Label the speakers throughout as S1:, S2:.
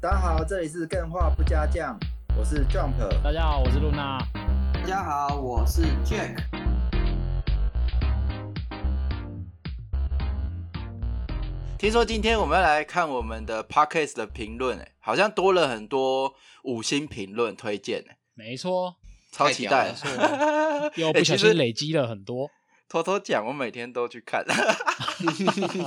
S1: 大家好，这里是更画不加酱，我是 Jump。
S2: 大家好，我是露娜。
S3: 大家好，我是 Jack。
S4: 听说今天我们要来看我们的 podcast 的评论，哎，好像多了很多五星评论推荐，哎，
S2: 没 错，
S4: 超期待
S2: 太屌！又不小
S4: 哎其实
S2: 心累积了很多。
S4: 偷偷讲，我每天都去 看，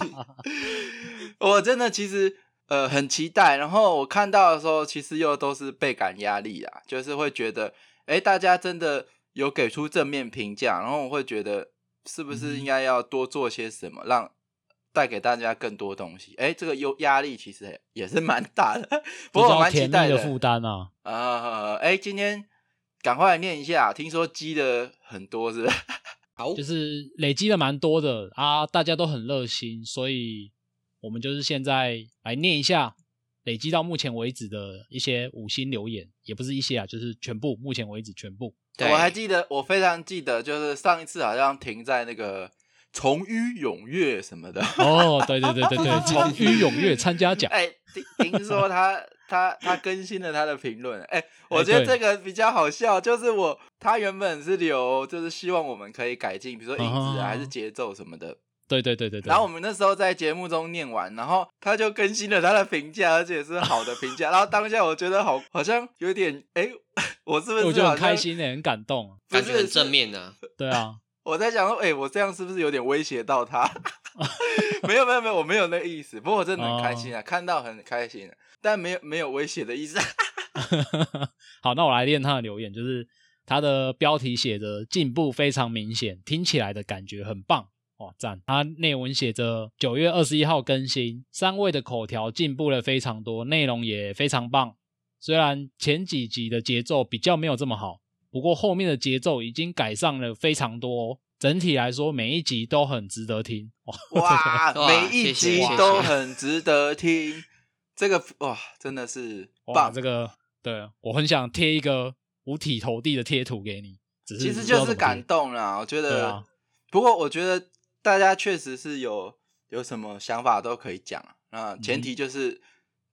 S4: 我真的其实呃很期待。然后我看到的时候，其实又都是倍感压力啊，就是会觉得，哎，大家真的有给出正面评价，然后我会觉得是
S2: 嗯
S4: 不是应该要多做些什么，让带给大家更多东西？哎，这个有压力其实也也是蛮大的，不
S2: 知
S4: 过我
S2: 道
S4: 蛮
S2: 甜
S4: 期
S2: 蜜
S4: 待
S2: 的负担啊，
S4: 啊，哎、今天赶快来念一下，听说鸡的很多是不是
S3: 好
S2: 就是累积了蛮多的啊，大家都很热心，所以我们就是现在来念一下累积到目前为止的一些五星留言，也不是一些啊，就是全部，目前为止全 部。
S3: 对
S4: 我还记得，我非常记得，就是上一次好像停在那个虫鱼踊跃什么的。
S2: 哦，对对对对 对，从鱼踊跃参加奖，
S4: 哎、听听说他他他更新了他的评论，哎、我
S2: 哎
S4: 觉得
S2: 对
S4: 这个比较好笑，就是我他原本是留，就是希望我们可以改进，比如说音质
S2: 嗯
S4: 啊还是节奏什么的。
S2: 对对对对对。
S4: 然后我们那时候在节目中念完，然后他就更新了他的评价，而且是好的评价。然后当下我觉得好，好像有点哎， 我是不是
S2: 我觉得
S4: 好
S2: 很
S4: 像
S2: 开？心诶、很感动啊。
S4: 不
S3: 感
S4: 是
S3: 觉很正。面呢、
S4: 是
S2: 对啊，
S4: 我在想说，哎，我这样是不是有点威胁到他？ 没有没有没有，我没有那意思。不过我真的很开心啊，
S2: 哦
S4: 看到很开心、啊，但没有没有威胁 的意思。
S2: 好，那我来念他的留言，就是他的标题写着“进步非常明显”，听起来的感觉很棒，哇赞！他内文写着“九月二十一号更新，三位的口条进步了非常多，内容也非常棒。虽然前几集的节奏比较没有这么好，不过后面的节奏已经改上了非常多、哦。整体来说，每一集都很值得听。 哇，
S4: 哇，
S3: 哇
S4: 每一
S3: 谢谢
S4: 集
S3: 谢谢
S4: 都很值得听。这个哇，真的是
S2: 哇
S4: 棒！
S2: 这个对我很想贴一个五体投地的贴图给你，只是
S4: 其
S2: 不
S4: 实
S2: 知道
S4: 就是
S2: 怎么
S4: 感
S2: 贴
S4: 动啦，我觉
S2: 对
S4: 得。
S2: 啊
S4: 不过我觉得大家确实是有有什么想法都可以讲啊，那前
S2: 嗯
S4: 提就是、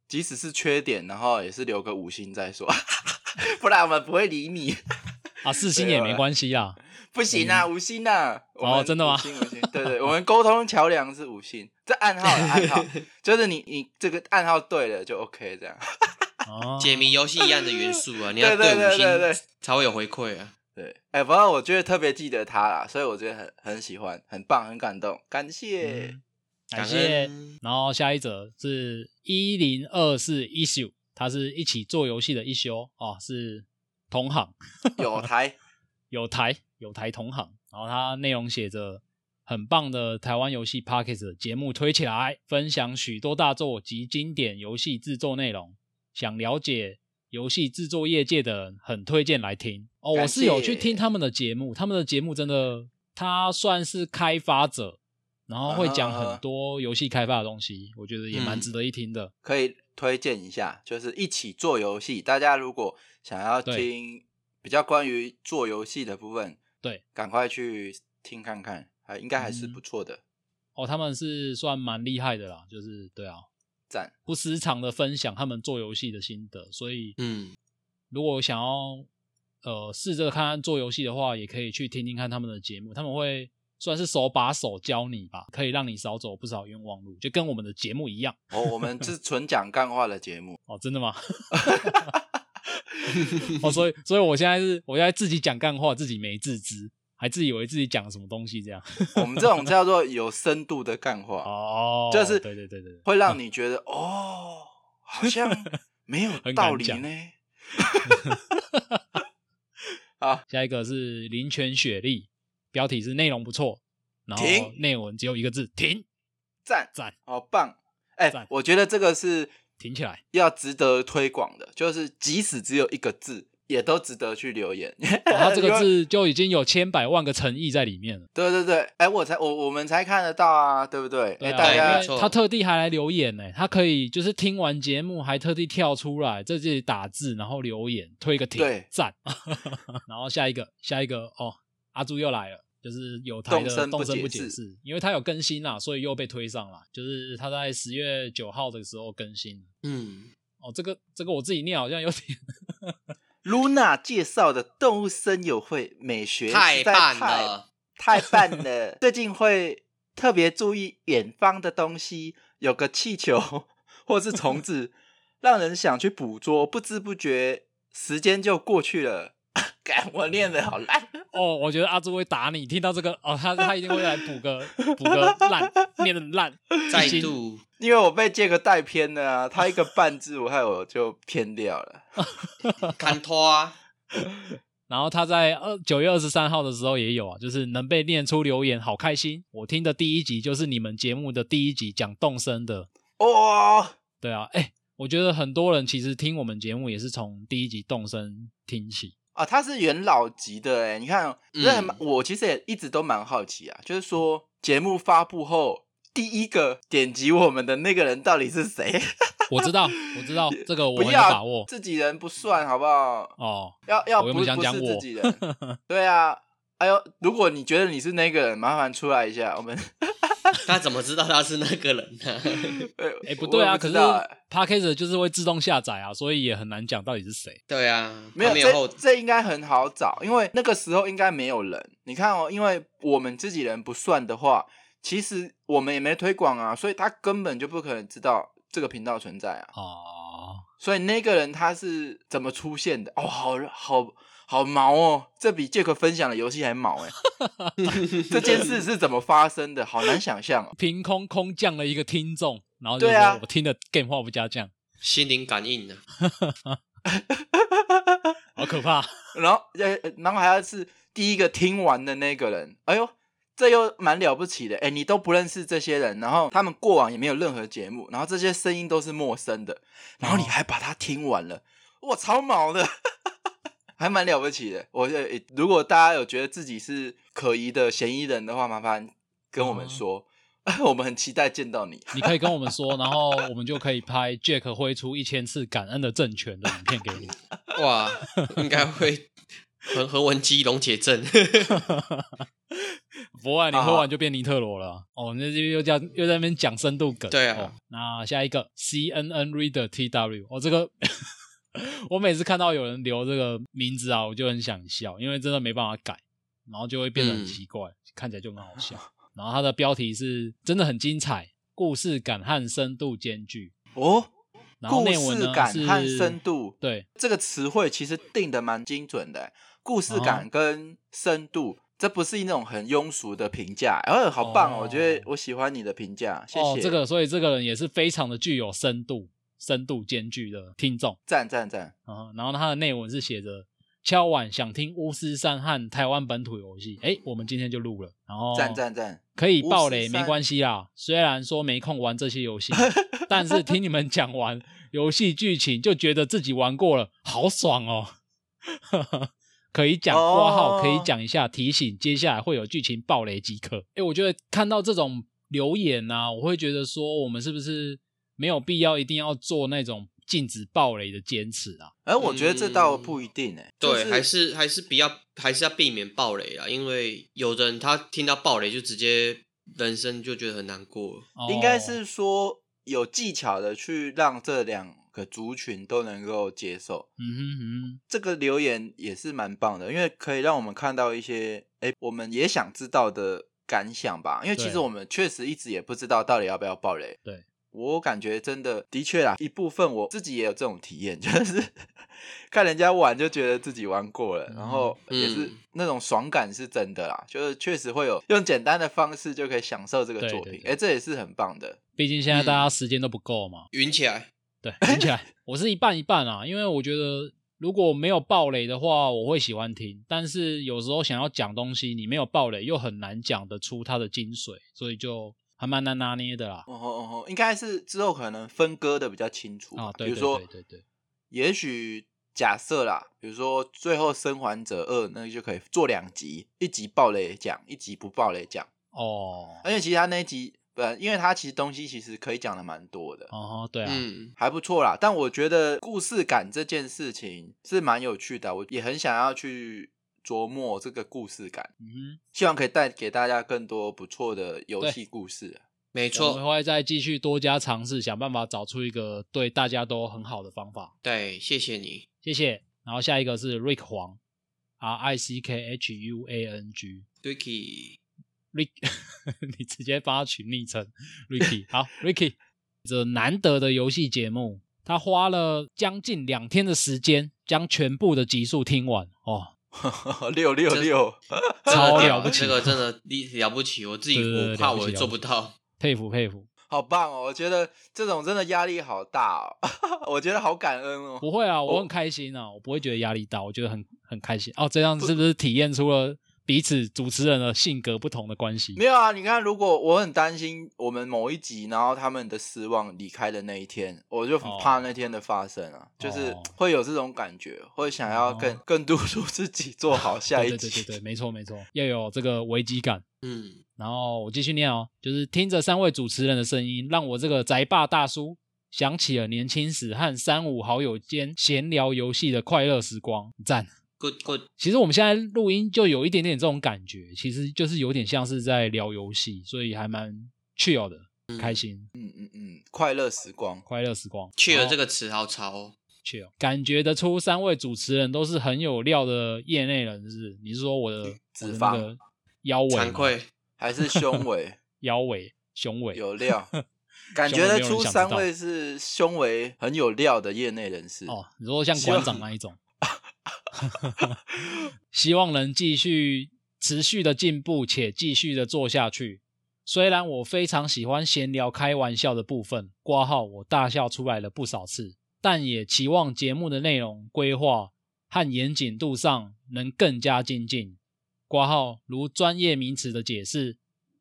S4: 即使是缺点，然后也是留个五星再说， 不然我们不会理你。
S2: 啊，四星也没关系啦。
S4: 不行啊，五星啊！我们
S2: 哎哦真的吗
S4: 五星，五星，对对，我们沟通桥梁是五星，这暗号啦 暗号就是你你这个暗号对了就 OK 这样。
S2: 哦，
S3: 解谜游戏一样的元素啊，你
S4: 对
S3: 要
S4: 哦对
S3: 五
S4: 对对对
S3: 星才会有回馈啊。
S4: 对，哎、不过我觉得特别记得他啦，所以我觉得很很喜欢，很棒，很感动，感谢。
S2: 嗯感
S3: 感
S2: 谢
S3: 恩。
S2: 然后下一则是一零二四 issue，他是一起做游戏的一休哦，是同行，
S4: 有台，
S2: 有台有台同行。然后它内容写着很棒的台湾游戏 p o c k e t 节目推起来，分享许多大作及经典游戏制作内容。想了解游戏制作业界的人，很推荐来听哦。我
S4: 感
S2: 是有
S4: 谢
S2: 去听他们的节目，他们的节目真的，他算是开发者，然后会讲
S4: 啊
S2: 很多游戏开发的东西，我觉得也蛮
S3: 嗯
S2: 值得一听的。
S4: 可以推荐一下，就是一起做游戏。大家如果想要
S2: 对
S4: 听比较关于做游戏的部分，
S2: 对，
S4: 赶快去听看看，还应该还是
S2: 嗯
S4: 不错的。
S2: 哦，他们是算蛮厉害的啦，就是对啊，
S4: 赞、
S2: 不时常的分享他们做游戏的心得，所以
S3: 嗯，
S2: 如果想要呃试着看看做游戏的话，也可以去听听看他们的节目，他们会算是手把手教你吧，可以让你少走不少冤枉路，就跟我们的节目一样
S4: 哦，我们是纯讲干话的节目，
S2: 哦，真的吗？ 哦，所以所以我现在是我现在自己讲干话，自己没自知，还自以为自己讲了什么东西这样
S4: 我们这种叫做有深度的干话，
S2: 哦，
S4: 就是
S2: 对对对对，对
S4: 会让你觉得哦，好像没有
S2: 很敢
S4: 道理
S2: 讲
S4: 呢。
S2: 下一个是林泉雪莉，标题是内容不错，然后
S4: 停
S2: 内文只有一个字停
S4: 赞，
S2: 赞
S4: 好棒！哎、
S2: 赞
S4: 我觉得这个是
S2: 停起 来，
S4: 要值得推广的，就是即使只有一个字，也都值得去留言。
S2: 哦它这
S4: 因为
S2: 个字就已经有千百万个诚意在里面了。
S4: 对对对，哎、我才我我们才看得到啊，对不对？哎、
S2: 对啊，
S4: 大
S2: 因
S4: 家
S2: 为
S3: 没错
S2: 他特地还来留言呢、他可以就是听完节目还特地跳出来在这里打字，然后留言推个挺
S4: 对
S2: 赞， 然后下一个下一个哦，阿朱又来了。就是有台
S4: 动
S2: 的
S4: 身不
S2: 动身不
S4: 解
S2: 解
S4: 释
S2: 释，因为他有更新啦，所以又被推上了。就是他在十月九号的时候更新，
S3: 嗯，
S2: 哦，这个这个我自己念好像有点
S4: Luna 介绍的动物森友会美学
S3: 太
S4: 实在
S3: 棒
S4: 太
S3: 了，
S4: 太棒了！最近会特别注意远方的东西，有个气球或是虫子，让人想去捕捉，不知不觉时间就过去了。 干，我练的好烂，
S2: 哦，我觉得阿朱会打你，听到这个哦，他他一定会来补个补个烂，念的烂，
S3: 再
S2: 一心
S3: 度
S4: 因为我被杰克带偏了啊！他一个半字，我害我就偏掉了。
S3: 看拖啊，
S2: 然后他在二九月二十三号的时候也有啊，就是能被念出留言，好开心！我听的第一集就是你们节目的第一集讲动身的，
S4: 哦，
S2: 对啊，哎，我觉得很多人其实听我们节目也是从第一集动身听起，
S4: 啊，他是元老级的哎、你看，
S3: 嗯
S4: 这很、我其实也一直都蛮好奇啊，就是说节目发布后，第一个点击我们的那个人到底是谁？
S2: 我知道，我知道这个我
S4: 不
S2: 很有
S4: 要
S2: 把握
S4: 自己人不算好不好？
S2: 哦。
S4: 要要
S2: 我
S4: 不
S2: 原本
S4: 不
S2: 想
S4: 是
S2: 讲
S4: 自
S2: 我
S4: 己人，对啊。哎呦，如果你觉得你是那个人，麻烦出来一下，我们
S3: 他怎么知道他是那个人 呢？
S4: 哎
S2: 哎、不对啊，可是
S4: 没
S2: p a c k a g e 就是会自动下载啊，所以也很难讲到底是谁。
S3: 对啊，
S4: 有
S3: 他没有
S4: 这
S3: 后
S4: 这应该很好找，因为那个时候应该没有人。你看哦，因为我们自己人不算的话，其实我们也没推广啊，所以他根本就不可能知道这个频道存在啊。
S2: 哦，
S4: 所以那个人他是怎么出现的？哦，好好好毛哦，这比杰克分享的游戏还毛哎！这件事是怎么发生的？好难想象哦。
S2: 凭空空降了一个听众，然后就
S4: 对
S2: 说、
S4: 啊
S2: 我听的 game 话不加酱，
S3: 心灵感应啊呢、
S2: 好可怕。
S4: 然后呃，然后还要是第一个听完的那个人，哎呦，这又蛮了不起的哎！你都不认识这些人，然后他们过往也没有任何节目，然后这些声音都是陌生的，然后
S2: 哦
S4: 你还把它听完了，哇，超毛的， 还蛮了不起的。我觉得如果大家有觉得自己是可疑的嫌疑人的话，麻烦跟我们
S2: 嗯
S4: 说， 我们很期待见到你。
S2: 你可以跟我们说，然后我们就可以拍 Jack 挥出一千次感恩的政权的影片给你。
S3: 哇，应该会和何文基溶解 症，
S2: 不会，你
S4: 啊
S2: 喝完就变尼特罗了啊。哦，那就又叫又在那边讲深度梗。
S3: 对啊
S2: 哦那下一个 CNN Reader TW，哦，这个 我每次看到有人留这个名字啊，我就很想笑，因为真的没办法改，然后就会变得
S4: 嗯
S2: 很奇怪，看起来就很好笑。然后它的标题是真的很精彩，故事感和深度兼具。
S4: 哦，
S2: 然后
S4: 故
S2: 内文
S4: 事
S2: 呢
S4: 感
S2: 是
S4: 和深度，
S2: 对
S4: 这个词汇其实定的蛮精准的欸，故
S2: 哦
S4: 事感跟深度，这不是那种很庸俗的评价。哎、好棒
S2: 哦
S4: 哦！我觉得我喜欢你的评价，谢谢。
S2: 哦，这个所以这个人也是非常的具有深度、深度兼具的听众。
S4: 赞赞赞！
S2: 啊，然后它的内文是写着“敲碗想听巫师三和台湾本土游戏”，诶，我们今天就录了，然后
S4: 赞赞赞！
S2: 可以爆
S4: 巫
S2: 雷
S4: 师三
S2: 没关系啦，虽然说没空玩这些游 戏，但是听你们讲完游戏剧情就觉得自己玩过了，好爽哦！ 可以讲
S4: 哦
S2: 挂号，可以讲一下提醒，接下来会有剧情爆雷即可。诶，我觉得看到这种留言啊，我会觉得说我们是不是没有必要一定要做那种禁止爆雷的坚持啊？
S4: 哎、我觉得这倒不一
S2: 嗯
S4: 定哎、
S3: 对，
S4: 就是
S3: 还是还是比较还是要避免暴雷啦，因为有的人他听到暴雷就直接人生就觉得很难过，
S2: 哦
S4: 应该是说有技巧的去让这两个族群都能够接受。
S2: 嗯哼嗯
S4: 这个留言也是蛮棒的，因为可以让我们看到一些哎、诶我们也想知道的感想吧。因为其实
S2: 对
S4: 我们确实一直也不知道到底要不要爆雷。
S2: 对，
S4: 我感觉真的的确啦，一部分我自己也有这种体验，就是 看人家玩就觉得自己玩过了，
S2: 嗯
S4: 然后也是
S3: 嗯
S4: 那种爽感是真的啦，就是确实会有用简单的方式就可以享受这个
S2: 对
S4: 作
S2: 对
S4: 品，哎、
S2: 对
S4: 这也是很棒的。
S2: 哼，毕竟现在大家时间都不够嘛。
S3: 云起来。
S2: 对，听起 来我是一半一半啊，因为我觉得如果没有暴雷的话，我会喜欢听，但是有时候想要讲东西，你没有暴雷又很难讲得出它的精髓，所以就还蛮难拿捏的啦。
S4: 哦吼哦吼，应该是之后可能分割的比较清楚
S2: 啊
S4: 吧
S2: 对
S4: 比如
S2: 对
S4: 说
S2: 对对对
S4: 也许假设啦，比如说最后《生还者二》，那就可以做两集，一集爆雷讲，一集不爆雷讲。
S2: 哦，
S4: 而且其实他那一集，呃，因为他其实东西其实可以讲的蛮多的，
S2: 哦，对啊，
S3: 嗯，
S4: 还不错啦。但我觉得故事感这件事情是蛮有趣的，我也很想要去琢磨这个故事感，
S2: 嗯哼，
S4: 希望可以带给大家更多不错的游戏故事。
S3: 没
S2: 我们
S3: 错，
S2: 会再继续多加尝试，想办法找出一个对大家都很好的方法。
S3: 对，谢谢你。
S2: 谢谢。然后下一个是 Rick 黄，R I C K H U A N G。
S3: Ricky，
S2: Rick，你 直接帮他取昵称 Ricky。好，Ricky，这难得的游戏节目，他花了将近两天的时间，将全部的集数听完哦，
S4: 啊 六六六，
S2: 超
S3: 这个
S2: 了不起
S3: 这个真的了了不起，我自己
S2: 对对对
S3: 我怕
S2: 了不
S3: 我
S2: 起
S3: 做不到。
S2: 佩服佩服。
S4: 好棒哦！我觉得这种真的压力好大哦， 我觉得好感恩哦。
S2: 不会啊，我很开心啊，我不会觉得压力大，我觉得很很开心。哦，这样是不是体验出了彼此主持人的性格不同的关系？
S4: 没有啊，你看，如果我很担心我们某一集，然后他们的失望离开的那一天，我就很怕那天的发生啊，就是
S2: 哦
S4: 会有这种感觉，会想要更、更督促自己做好下一
S2: 哦对对
S4: 集。
S2: 对对对，没错没错，要有这个危机感。
S3: 嗯，
S2: 然后我继续念哦，就是听着三位主持人的声音，让我这个宅爸大叔想起了年轻时和三五好友间闲聊游戏的快乐时光，赞！
S3: good good，
S2: 其实我们现在录音就有一点点这种感觉，其实就是有点像是在聊游戏，所以还蛮 chill 的，开心
S4: 嗯嗯嗯，快乐时光。
S2: 快乐时光。
S3: 去了
S2: 然后
S3: 这个词好潮哦。
S2: chill，感觉得出三位主持人都是很有料的业内人士。你是说我的
S4: 脂
S2: 我的那个腰围吗？
S3: 惭愧，
S4: 还是胸围
S2: 腰围、胸围
S4: 有料， 感觉得
S2: 没有人
S4: 出
S2: 想知
S4: 三
S2: 道
S4: 位是胸围很有料的业内人士。
S2: 哦，你说像
S4: 希望
S2: 馆长那一种， 希望能继续持续的进步且继续的做下去。虽然我非常喜欢闲聊、开玩笑的部分，挂号我大笑出来了不少次，但也期望节目的内容规划和严谨度上能更加精进。挂号如专业名词的解释、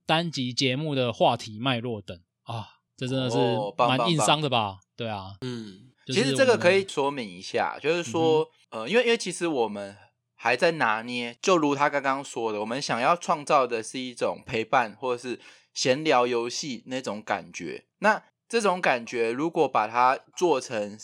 S2: 单集节目的话题脉络等啊，这真的是
S4: 哦棒
S2: 蛮
S4: 棒
S2: 硬
S4: 棒
S2: 伤的吧？对啊，
S3: 嗯，
S2: 就是嗯
S4: 其实这
S2: 我
S4: 个
S2: 们
S4: 可以说明一下，就是说，呃，因为因为其实我们还在拿捏，就如他刚刚说的，我们想要创造的是一种陪伴或者是闲聊游戏那种感觉。那这种感觉如果把它做成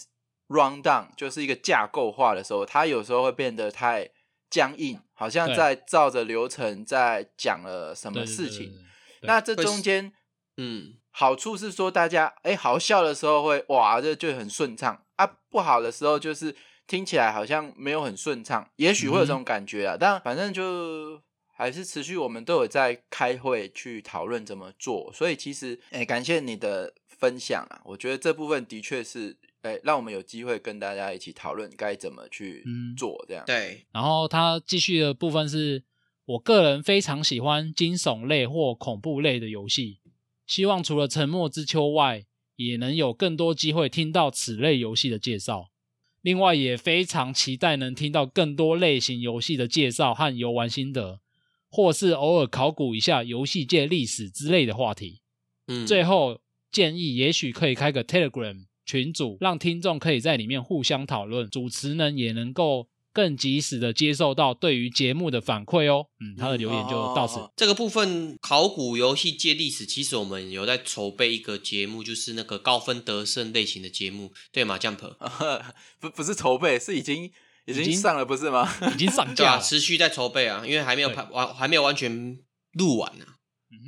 S4: round down，就是一个架构化的时候，它有时候会变得太僵硬，好像
S2: 对
S4: 在照着流程在讲了什
S2: 对
S4: 么
S2: 对
S4: 事
S2: 对对
S4: 情。
S2: 对对
S4: 那这
S3: 会
S4: 中
S3: 是
S4: 间。
S3: 嗯，
S4: 好处是说大家哎、诶好笑的时候会哇这就很顺畅啊，不好的时候就是听起来好像没有很顺畅，也许会有这种感觉啊，但反正就。还是持续，我们都有在开会去讨论怎么做，所以其实，哎、感谢你的分享啊！我觉得这部分的确是，哎、让我们有机会跟大家一起讨论该怎么去
S2: 嗯
S4: 做，这样。
S3: 对，
S2: 然后他继续的部分是我个人非常喜欢惊悚类或恐怖类的游戏，希望除了《沉默之丘》外，也能有更多机会听到此类游戏的介绍。另外，也非常期待能听到更多类型游戏的介绍和游玩心得，或是偶尔考古一下游戏界历史之类的话题。
S3: 嗯，
S2: 最后建议，也许可以开个 Telegram 群组，让听众可以在里面互相讨论，主持人也能够更及时的接受到对于节目的反馈哦。嗯，他的留言就到此。
S4: 哦
S3: 这个部分考古游戏界历史，其实我们有在筹备一个节目，就是那个高分得胜类型的节目，对吗？Jump，
S4: 不不是筹备，是已经已
S2: 已
S4: 经
S2: 经
S4: 上了，不是吗？
S2: 已经上
S3: 对
S2: 架
S3: 啊，
S2: 了，
S3: 持续在筹备啊，因为还没有
S2: 对
S3: 拍完，还没有完全录完啊呢、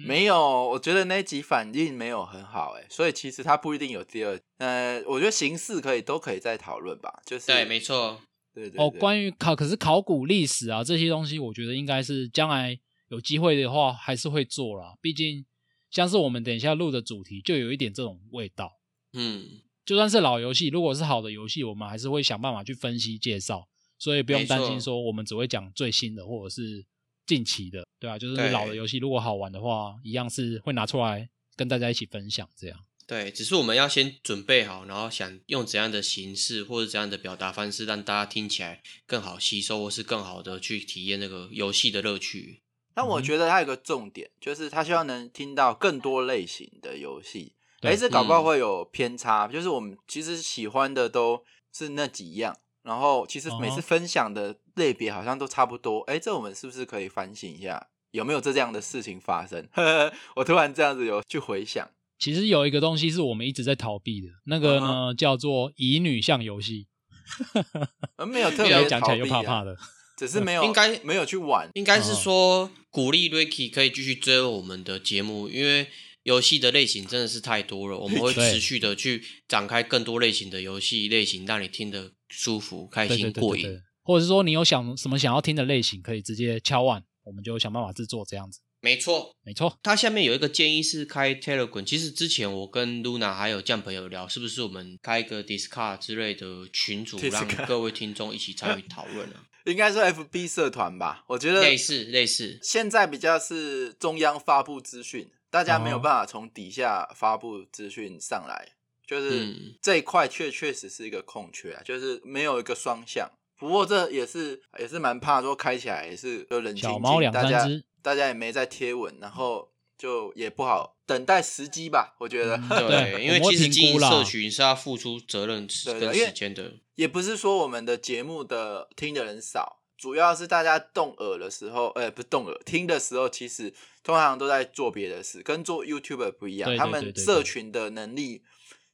S4: 没有，我觉得那一集反应没有很好，哎，所以其实它不一定有第二。呃，我觉得形式可以都可以再讨论吧，就是
S3: 对，没错，
S4: 对对对
S2: 哦。关于考，可是考古历史啊这些东西，我觉得应该是将来有机会的话还是会做啦。毕竟像是我们等一下录的主题，就有一点这种味道。
S3: 嗯，
S2: 就算是老游戏，如果是好的游戏，我们还是会想办法去分析介绍，所以不用
S3: 没错
S2: 担心说我们只会讲最新的或者是近期的，对啊，就是
S3: 对
S2: 老的游戏如果好玩的话，一样是会拿出来跟大家一起分享这样。
S3: 对，只是我们要先准备好，然后想用怎样的形式或者怎样的表达方式，让大家听起来更好吸收，或是更好的去体验那个游戏的乐趣。
S4: 但
S2: 嗯
S4: 我觉得它有个重点，就是他希望能听到更多类型的游戏。
S2: 对嗯
S4: 哎，这搞不好会有偏差，就是我们其实喜欢的都是那几样，然后其实每
S2: 嗯
S4: 次
S2: 哼
S4: 分享的类别好像都差不多。哎，这我们是不是可以反省一下，有没有这样的事情发生？ 我突然这样子有去回想。
S2: 其实有一个东西是我们一直在逃避的，那
S4: 嗯
S2: 个呢、叫做乙女向游戏，
S4: 呃，没有特
S3: 没有
S4: 别
S2: 讲起来又怕
S4: 逃避啊
S2: 怕的。
S4: 只是没有
S3: 应该
S4: 没有去玩。
S2: 哦
S3: 应该是说鼓励 Ricky 可以继续追我们的节目，因为游戏的类型真的是太多了，我们会
S2: 对
S3: 持续的去展开更多类型的游戏类型，让你听得舒服、开
S2: 对对
S3: 心、
S2: 对
S3: 过
S2: 对
S3: 瘾。
S2: 对，或者是说你有想什么想要听的类型，可以直接敲碗，我们就想办法制作这样子。
S3: 没错，
S2: 没错，
S3: 它下面有一个建议是开 Telegram。其实之前我跟 Luna 还有酱朋友聊，是不是我们开一个 Discord 之类的群组，让
S4: Discord
S3: 各位听众一起参与讨论 啊？
S4: 应该说 FB 社团吧，我觉得
S3: 类似类似，
S4: 现在比较是中央发布资讯，大家
S2: 哦
S4: 没有办法从底下发布资讯上来，就是
S3: 嗯
S4: 这一块确确实是一个空缺啊，就是没有一个双向。不过这也是也是蛮怕说开起来也是就人
S2: 小
S4: 情
S2: 猫
S4: 静，
S2: 两
S4: 大
S2: 三
S4: 家
S2: 只
S4: 大家也没在贴文，然后就也不好等待时机吧，我觉得。
S2: 嗯对
S3: 对，因为
S2: 我们会
S3: 其实
S2: 评
S3: 经
S2: 估
S3: 营
S2: 啦
S3: 社群是要付出责任时
S4: 对对
S3: 跟
S4: 因为
S3: 时间的。
S4: 也不是说我们的节目的听的人少，主要是大家动耳的时候，呃，不是动耳，听的时候，其实通常都在做别的事，跟做 YouTuber 不一样，
S2: 对对
S4: 他
S2: 对
S4: 们
S2: 对
S4: 社
S2: 对
S4: 群的能力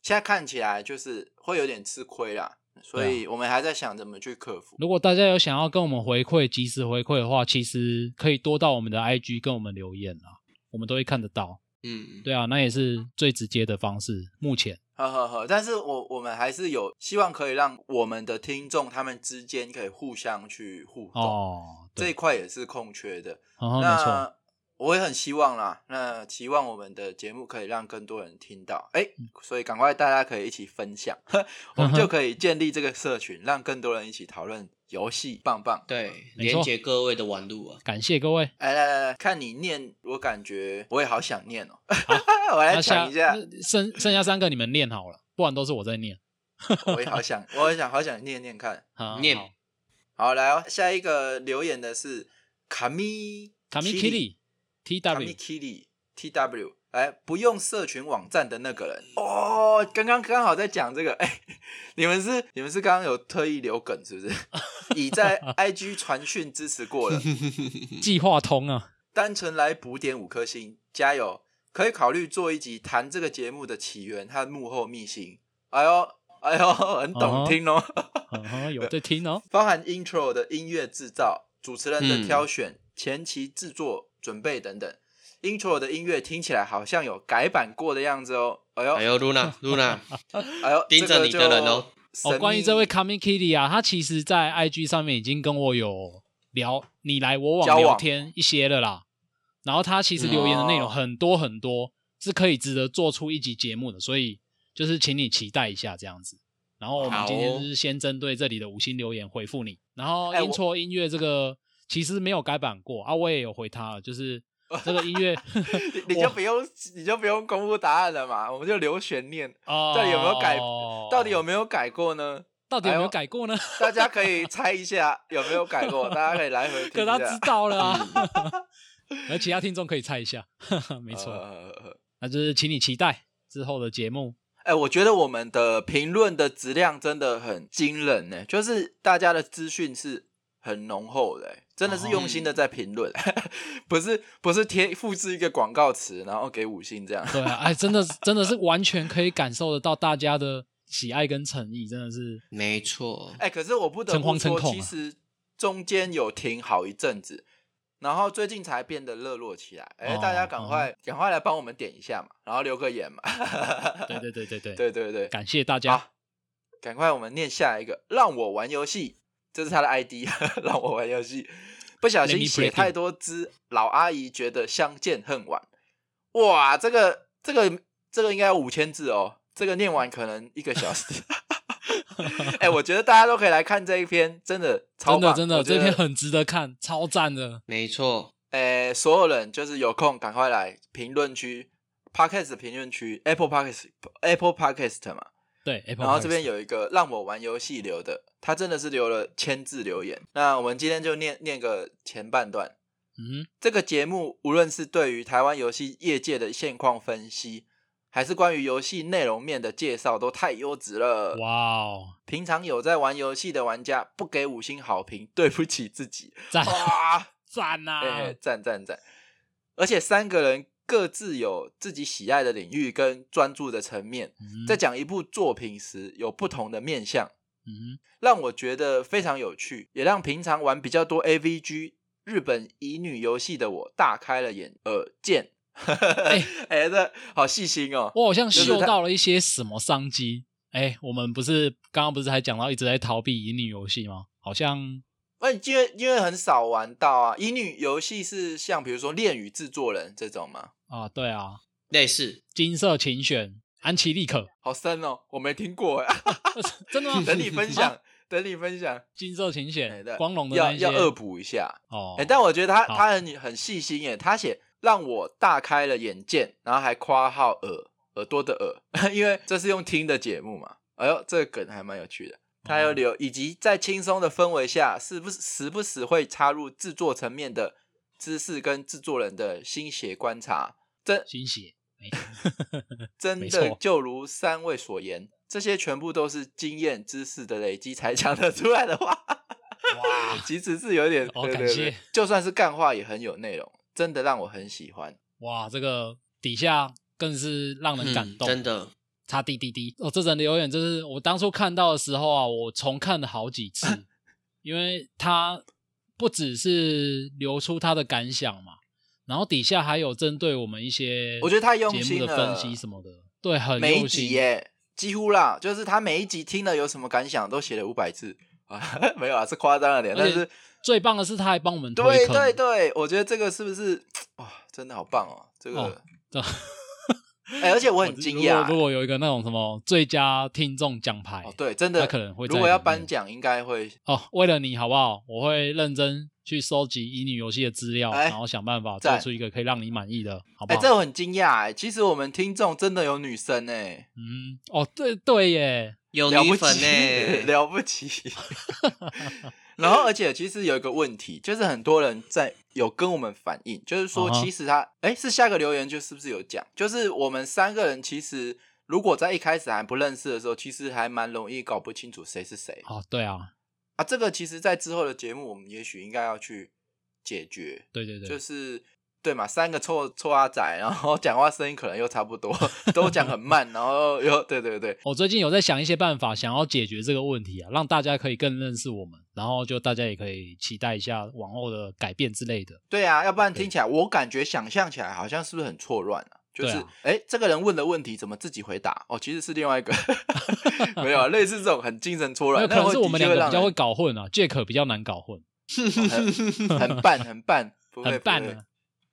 S4: 现在看起来就是会有点吃亏啦，所以我们还在想怎么去克服。
S2: 啊如果大家有想要跟我们回馈、及时回馈的话，其实可以多到我们的 IG 跟我们留言啦，我们都会看得到。
S3: 嗯，
S2: 对啊，那也是最直接的方式。目前
S4: 呵呵呵，但是我我们还是有希望可以让我们的听众他们之间可以互相去互动，
S2: 哦，
S4: 这一
S2: 对，
S4: 块也是空缺的。
S2: 然后没错，
S4: 那我也很希望啦，那期望我们的节目可以让更多人听到，哎、所以赶快大家可以一起分享， 我们就可以建立这个社群，让更多人一起讨论游戏，棒棒。
S3: 对，
S2: 没错
S3: 连接各位的玩路啊。
S2: 感谢各位。
S4: 哎，来来来，看你念，我感觉我也好想念哦、 我来
S2: 那
S4: 讲
S2: 下
S4: 一下，
S2: 那剩剩下三个你们念好了，不然都是我在念。
S4: 我也好 想，我也想，好想念念看。
S2: 好
S3: 念
S2: 好
S4: 好，来、哦，下一个留言的是卡米
S2: 卡米 k i l i T
S4: 卡米
S2: W，
S4: k i l i T W，哎，不用社群网站的那个人哦，刚刚刚好在讲这个，哎， 你们是你们是刚刚有特意留梗是 不是？已在 IG 传讯支持过了，
S2: 计划通啊，
S4: 单纯来补点五颗星，加油！可以考虑做一集谈这个节目的起源和幕后秘辛。哎呦，哎呦，很
S2: 嗯
S4: 懂
S2: 哼
S4: 听哦。
S2: 嗯哼，有在听哦。
S4: 包含 intro 的音乐制造、主持人的
S3: 嗯
S4: 挑选、前期制作准备等等。intro 的音乐听起来好像有改版过的样子哦。哎呦，
S3: 哎呦，Luna，Luna，
S4: 哎呦，
S3: 盯着你的人哦。
S2: 哦，关于这位 Kami Kitty 啊，他其实在 IG 上面已经跟我有聊你来我
S4: 交
S2: 往
S4: 往
S2: 聊天一些了啦。然后他其实留言的内容
S4: 哦
S2: 很多很多，是可以值得做出一集节目的，所以就是请你期待一下这样子。然后我们
S3: 好哦
S2: 今天就是先针对这里的五星留言回复你，然后
S4: 哎我
S2: intro 音乐这个其实没有改版过啊，我也有回他了，就是这个音 乐
S4: 你，你就不用，你就不用公布答案了嘛，我们就留悬念，
S2: 哦，
S4: 到底有没有改到底有没有改过呢？
S2: 到底有没
S4: 哎
S2: 有
S4: 呦
S2: 改过呢？
S4: 大家可以猜一下有没有改过，大家可以来回听
S2: 可
S4: 一
S2: 他
S4: 下。
S2: 知道了 啊，而其他听众可以猜一下， 没错，
S4: 呃
S2: 那就是请你期待之后的节目。
S4: 哎、我觉得我们的评论的质量真的很惊人呢、就是大家的资讯是很浓厚的欸、真的是用心
S2: 哦
S4: 的在评论， 不是不是贴复制一个广告词，然后给五星这样。
S2: 对啊，哎，真的是 真的是完全可以感受得到大家的喜爱跟诚意，真的是
S3: 没错，
S4: 哎、可是我不得
S2: 诚惶
S4: 不
S2: 诚
S4: 说，
S2: 恐啊
S4: 其实中间有停好一阵子，然后最近才变得热络起来。哎、
S2: 哦
S4: 大家赶快赶、快来帮我们点一下嘛，然后留个言嘛。
S2: 对对对对对，
S4: 对对对，
S2: 感谢大家。
S4: 好，赶快我们念下一个，让我玩游戏，这是他的 ID，让 我玩游戏。不小
S2: Let
S4: 心
S2: me
S4: 写太多字，老阿姨觉得相见恨晚。哇，这个这个这个应该有五千字哦，这个念完可能一个小时。 哎、我觉得大家都可以来看这一篇，真的超
S2: 真的
S4: 棒，
S2: 真的，
S4: 我觉
S2: 这
S4: 得
S2: 篇很值得看，超赞的。
S3: 没错，
S4: 诶、呃所有人就是有空赶快来评论区，Podcast 的评论区，Apple Podcast Apple Podcast 嘛，
S2: 对，Apple
S4: 然后这边
S2: Podcast
S4: 有一个让我玩游戏留的，他真的是留了千字留言。那我们今天就念念个前半段。
S2: 嗯
S4: 这个节目无论是对于台湾游戏业界的现况分析，还是关于游戏内容面的介绍，都太优质了
S2: 哼，。哇哦，
S4: 平常有在玩游戏的玩家，不给五星好评，对不起自己。
S2: 赞
S4: 哇，
S2: 赞啊嗯呐！
S4: 哎、赞赞赞！而且三个人各自有自己喜爱的领域跟专注的层面，
S2: 嗯
S4: 在讲一部作品时有不同的面向。
S2: 嗯
S4: 让我觉得非常有趣，也让平常玩比较多 AVG 日本乙女游戏的我大开了眼呃见。 哎、这好细心哦。
S2: 我好像
S4: 就是
S2: 嗅
S4: 他
S2: 到了一些什么商机。哎，我们不是刚刚不是还讲到一直在逃避乙女游戏吗？好像
S4: 那你因为因为很少玩到啊，乙女游戏是像比如说恋与制作人这种吗？
S2: 啊，对啊，
S3: 类似
S2: 金色琴选安琪丽可，
S4: 好深哦，我没听过 哎，
S2: 真 的吗？
S4: 等你分
S2: 啊
S4: 享，等你分享，
S2: 金色琴
S4: 哎
S2: 选
S4: 对
S2: 光荣的
S4: 要
S2: 那一些
S4: 要恶补一下。
S2: 哦
S4: 哎、，但我觉得他
S2: 好
S4: 他很很细心耶，他写让我大开了眼界，然后还夸号耳耳朵的耳， 因为这是用听的节目嘛。哎呦，这个梗还蛮有趣的。他
S2: 哦
S4: 又留，以及在轻松的氛围下，是不是时不时会插入制作层面的知识跟制作人的心血观察，
S2: 新血，哎
S4: 真
S2: 没
S4: 的
S2: 错
S4: 就如三位所言，这些全部都是经验知识的累积才讲得出来的话。
S2: 哇，
S4: 其实是有点，
S2: 哦
S4: 对
S2: 感
S4: 对对
S2: 谢，
S4: 就算是干话也很有内容，真的让我很喜欢。
S2: 哇，这个底下更是让人感动，
S3: 嗯真的。
S2: 擦滴滴滴哦，这人留言就是我当初看到的时候啊，我重看了好几 次，因为他不只是流出他的感想嘛，然后底下还有针对我们一些
S4: 我觉得太用
S2: 节
S4: 心
S2: 目的
S4: 了
S2: 分析什么的，对，很
S4: 每一
S2: 用
S4: 集
S2: 心。
S4: 耶，几乎啦，就是他每一集听了有什么感想，都写了五百字啊， 没有啊，是夸张了点，
S2: 而
S4: 但
S2: 且
S4: 是
S2: 最棒的是，他还帮我们推
S4: 对
S2: 坑，
S4: 对对，我觉得这个是不是哇，真的好棒哦，这个
S2: 哦，对哦
S4: 哎，而且我很惊
S2: 如果如
S4: 讶。
S2: 果有一个那种什么最佳听众奖牌，
S4: 哦，对，真
S2: 他
S4: 的
S2: 可能会在
S4: 如果要
S2: 里面
S4: 颁奖，应该会
S2: 哦，为了你好不好？我会认真去收集乙女游戏的资料，
S4: 哎
S2: 然后想办法做
S4: 赞
S2: 出一个可以让你满意的，好不
S4: 哎、
S2: 好？
S4: 这我很惊讶哎！其实我们听众真的有女生哎，
S2: 嗯，哦，对对耶，
S3: 有
S4: 了不
S3: 女
S4: 起，
S3: 粉呢、
S4: 了不起。然后，而且其实有一个问题，就是很多人在有跟我们反映，就是说，
S2: 啊哈
S4: 其实他哎、是下个留言就是不是有讲，就是我们三个人其实如果在一开始还不认识的时候，其实还蛮容易搞不清楚谁是谁
S2: 哦，对啊，
S4: 啊。这个其实，在之后的节目，我们也许应该要去解决，
S2: 对对对，
S4: 就是对嘛，三个臭臭阿仔，然后讲话声音可能又差不多， 都讲很慢，然后又对对对，
S2: 我最近有在想一些办法，想要解决这个问题啊，让大家可以更认识我们，然后就大家也可以期待一下往后的改变之类的。
S4: 对啊，要不然
S2: 对
S4: 听起来我感觉想象起来好像是不是很错乱啊？就是
S2: 对
S4: 哎
S2: 啊、
S4: 诶这个人问的问题怎么自己回答？哦，其实是另外一个， 没有啊，类似这种很精神错
S2: 没
S4: 乱
S2: 有，可
S4: 那
S2: 能
S4: 会
S2: 是我们
S4: 的
S2: 两个比
S4: 确
S2: 较
S4: 让
S2: 会
S4: 人
S2: 搞混啊，Jack 比较难搞混，
S4: 很很棒，很棒，不会
S2: 很棒
S4: 不会
S2: 啊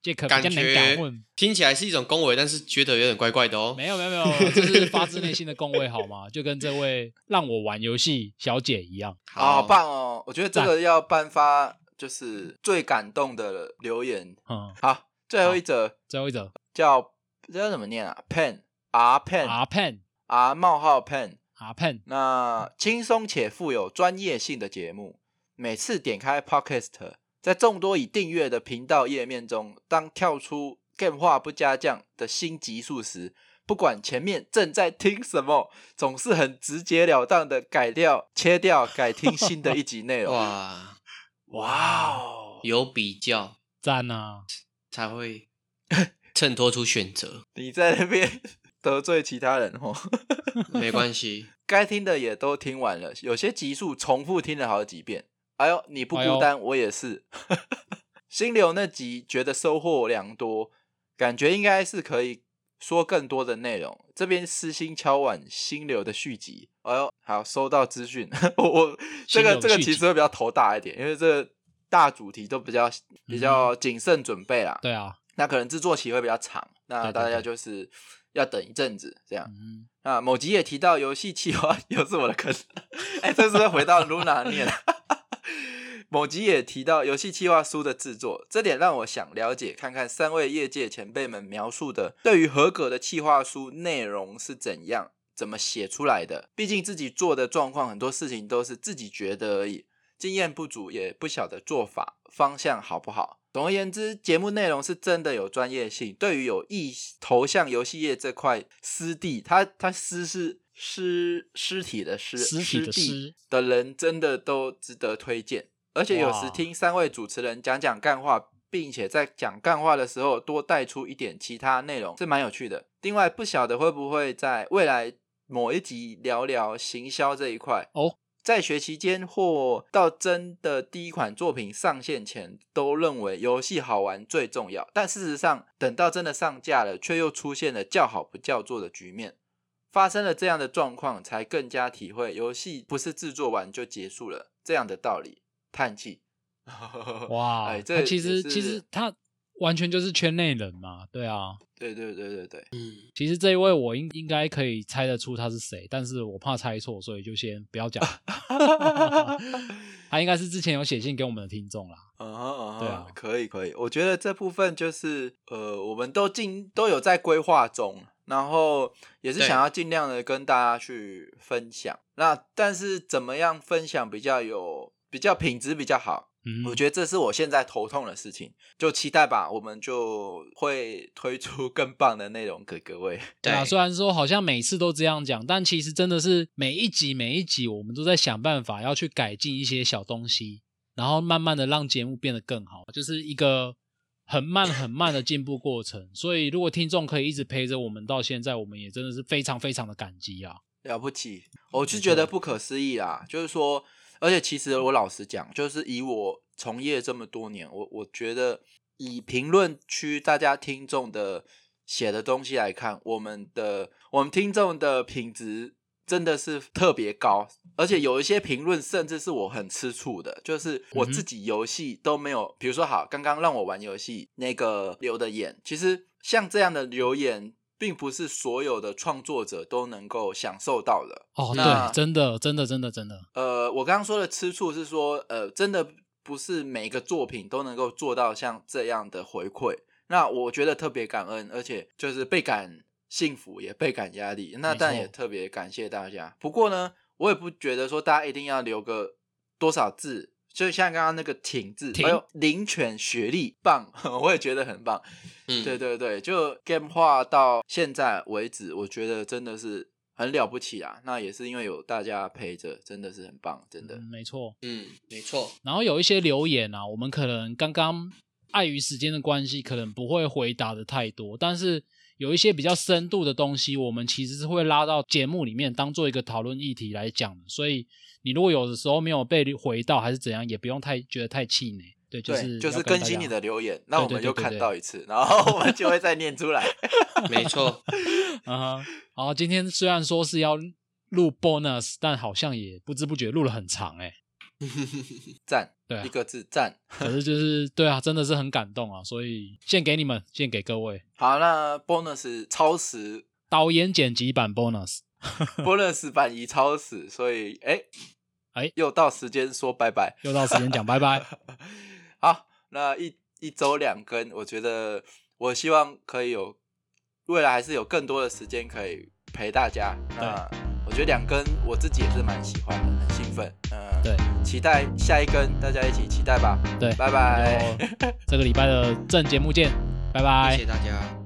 S2: ，Jack
S3: 感
S2: 比较难
S3: 觉
S2: 搞混。
S3: 听起来是一种恭维，但是觉得有点怪怪的哦。
S2: 没有没有没有，这是发自内心的恭维好吗？就跟这位让我玩游戏小姐一样，
S4: 哦好，棒哦！我觉得这个要颁发就是最感动的留言。
S2: 嗯，
S4: 好，最后一则
S2: 最后一则
S4: 叫这叫怎么念啊？Pen R Pen
S2: R Pen
S4: R 冒号 Pen
S2: R Pen
S4: 那轻松且富有专业性的节目，每次点开 Podcast，在众多已订阅的频道页面中，当跳出 Game 话不加酱的新集数时，不管前面正在听什么，总是很直截了当的改掉、切掉、改听新的一集内容。
S3: 哇，
S4: 哇哦！
S3: 有比较
S2: 赞啊！
S3: 才会衬托出选择，
S4: 你在那边得罪其他人哦。
S3: 没关系。
S4: 该听的也都听完了，有些集数重复听了好几遍。哎呦，你不孤单，我也是。 心流那集觉得收获良多，感觉应该是可以说更多的内容。这边私心敲碗心流的续集。哎呦，好，收到资讯。 我我这个
S2: 心流续集
S4: 这个其实会比较头大一点，因为这个大主题都比较比较谨慎准备啦。
S2: 嗯对啊，
S4: 那可能制作期会比较长，那
S2: 对对
S4: 大家
S2: 对
S4: 就是要等一阵子这样。
S2: 嗯，
S4: 啊，某集也提到游戏企划又是我的坑，哎、这是不是回到 Luna 念了。 某集也提到游戏企划书的制作，这点让我想了解看看三位业界前辈们描述的对于合格的企划书内容是怎样、怎么写出来的。毕竟自己做的状况，很多事情都是自己觉得而已，经验不足，也不晓得做法方向好不好。总而言之，节目内容是真的有专业性，对于有意投向游戏业这块湿地，他他湿是尸尸体的尸，
S2: 尸体的
S4: 湿地
S2: 尸
S4: 的人，真的都值得推荐。而且有时
S2: 哇
S4: 听三位主持人讲讲干话，并且在讲干话的时候多带出一点其他内容，是蛮有趣的。另外，不晓得会不会在未来某一集聊聊行销这一块
S2: 哦，
S4: 在学期间或到真的第一款作品上线前，都认为游戏好玩最重要，但事实上，等到真的上架了，却又出现了叫好不叫座的局面。发生了这样的状况，才更加体会游戏不是制作完就结束了这样的道理。叹气。
S2: 哇，
S4: 哎这
S2: 他其实
S4: 也是
S2: 其实他完全就是圈内人嘛，对啊。
S4: 对对对 对对，
S3: 嗯，
S2: 其实这一位我应应该可以猜得出他是谁，但是我怕猜错，所以就先不要讲。
S4: 嗯
S2: 他应该是之前有写信给我们的听众啦。
S4: 嗯哼嗯哼
S2: 对啊
S4: 可以可以，我觉得这部分就是呃，我们都尽都有在规划中，然后也是
S3: 对
S4: 想要尽量的跟大家去分享。那但是怎么样分享比较有比较品质比较好？
S2: 嗯，
S4: 我觉得这是我现在头痛的事情，就期待吧，我们就会推出更棒的内容给各位。
S2: 对啊，
S3: 对
S2: 虽然说好像每次都这样讲，但其实真的是每一集每一集，我们都在想办法要去改进一些小东西，然后慢慢的让节目变得更好，就是一个很慢很慢的进步过程。所以，如果听众可以一直陪着我们到现在，我们也真的是非常非常的感激啊！
S4: 了不起，我是觉得不可思议啦。就是说，而且其实我老实讲，就是以我从业这么多年，我我觉得以评论区大家听众的写的东西来看，我们的我们听众的品质真的是特别高，而且有一些评论甚至是我很吃醋的，就是
S2: 嗯
S4: 我
S2: 哼
S4: 自己游戏都没有，比如说好，刚刚让我玩游戏那个留的言，其实像这样的留言。并不是所有的创作者都能够享受到的，
S2: 哦，
S4: 那
S2: 对，真的，真的，真的，真的，
S4: 呃，我刚刚说的吃醋是说，呃，真的不是每一个作品都能够做到像这样的回馈。那我觉得特别感恩，而且就是倍感幸福，也倍感压力。那
S2: 没
S4: 但
S2: 错
S4: 也特别感谢大家。不过呢，我也不觉得说大家一定要留个多少字，就像刚刚那个“挺”字，哎
S2: 挺
S4: 还有林犬学历棒， 我也觉得很棒。
S3: 嗯
S4: 对对对，就 game 化到现在为止，我觉得真的是很了不起啊！那也是因为有大家陪着，真的是很棒，真的
S2: 嗯，。没错。
S3: 嗯，没错，
S2: 然后有一些留言啊，我们可能刚刚碍于时间的关系，可能不会回答的太多，但是有一些比较深度的东西，我们其实是会拉到节目里面当做一个讨论议题来讲的。所以你如果有的时候没有被回到还是怎样，也不用太觉得太气馁。对，就
S4: 对，
S2: 是
S4: 就是
S2: 要跟
S4: 更
S2: 大
S4: 新
S2: 家
S4: 你的留言，那我
S2: 对
S4: 们
S2: 对
S4: 就
S2: 对对
S4: 看
S2: 对
S4: 到一次，然后我们就会再念 出来。
S3: 没错，
S2: 啊哈。然后今天虽然说是要录 bonus，但好像也不知不觉录了很长哎、
S4: 赞，
S2: 对啊
S4: 一个字赞。
S2: 可是就是对啊，真的是很感动啊，所以献给你们，献给各位
S4: 好，那 bonus 超时
S2: 导演剪辑版 bonus。
S4: ，bonus 版已超时，所以哎
S2: 哎
S4: 又到时间说拜拜。
S2: 又到时间讲拜 拜。
S4: 好，那一一周两更，我觉得我希望可以有未来还是有更多的时间可以陪大家。那我觉得两更我自己也是蛮喜欢的，很兴奋。嗯、
S2: 对，
S4: 期待下一更，大家一起期待吧。
S2: 对
S4: 拜拜。
S2: 然后这个礼拜的正节目见，拜拜。
S3: 谢谢大家。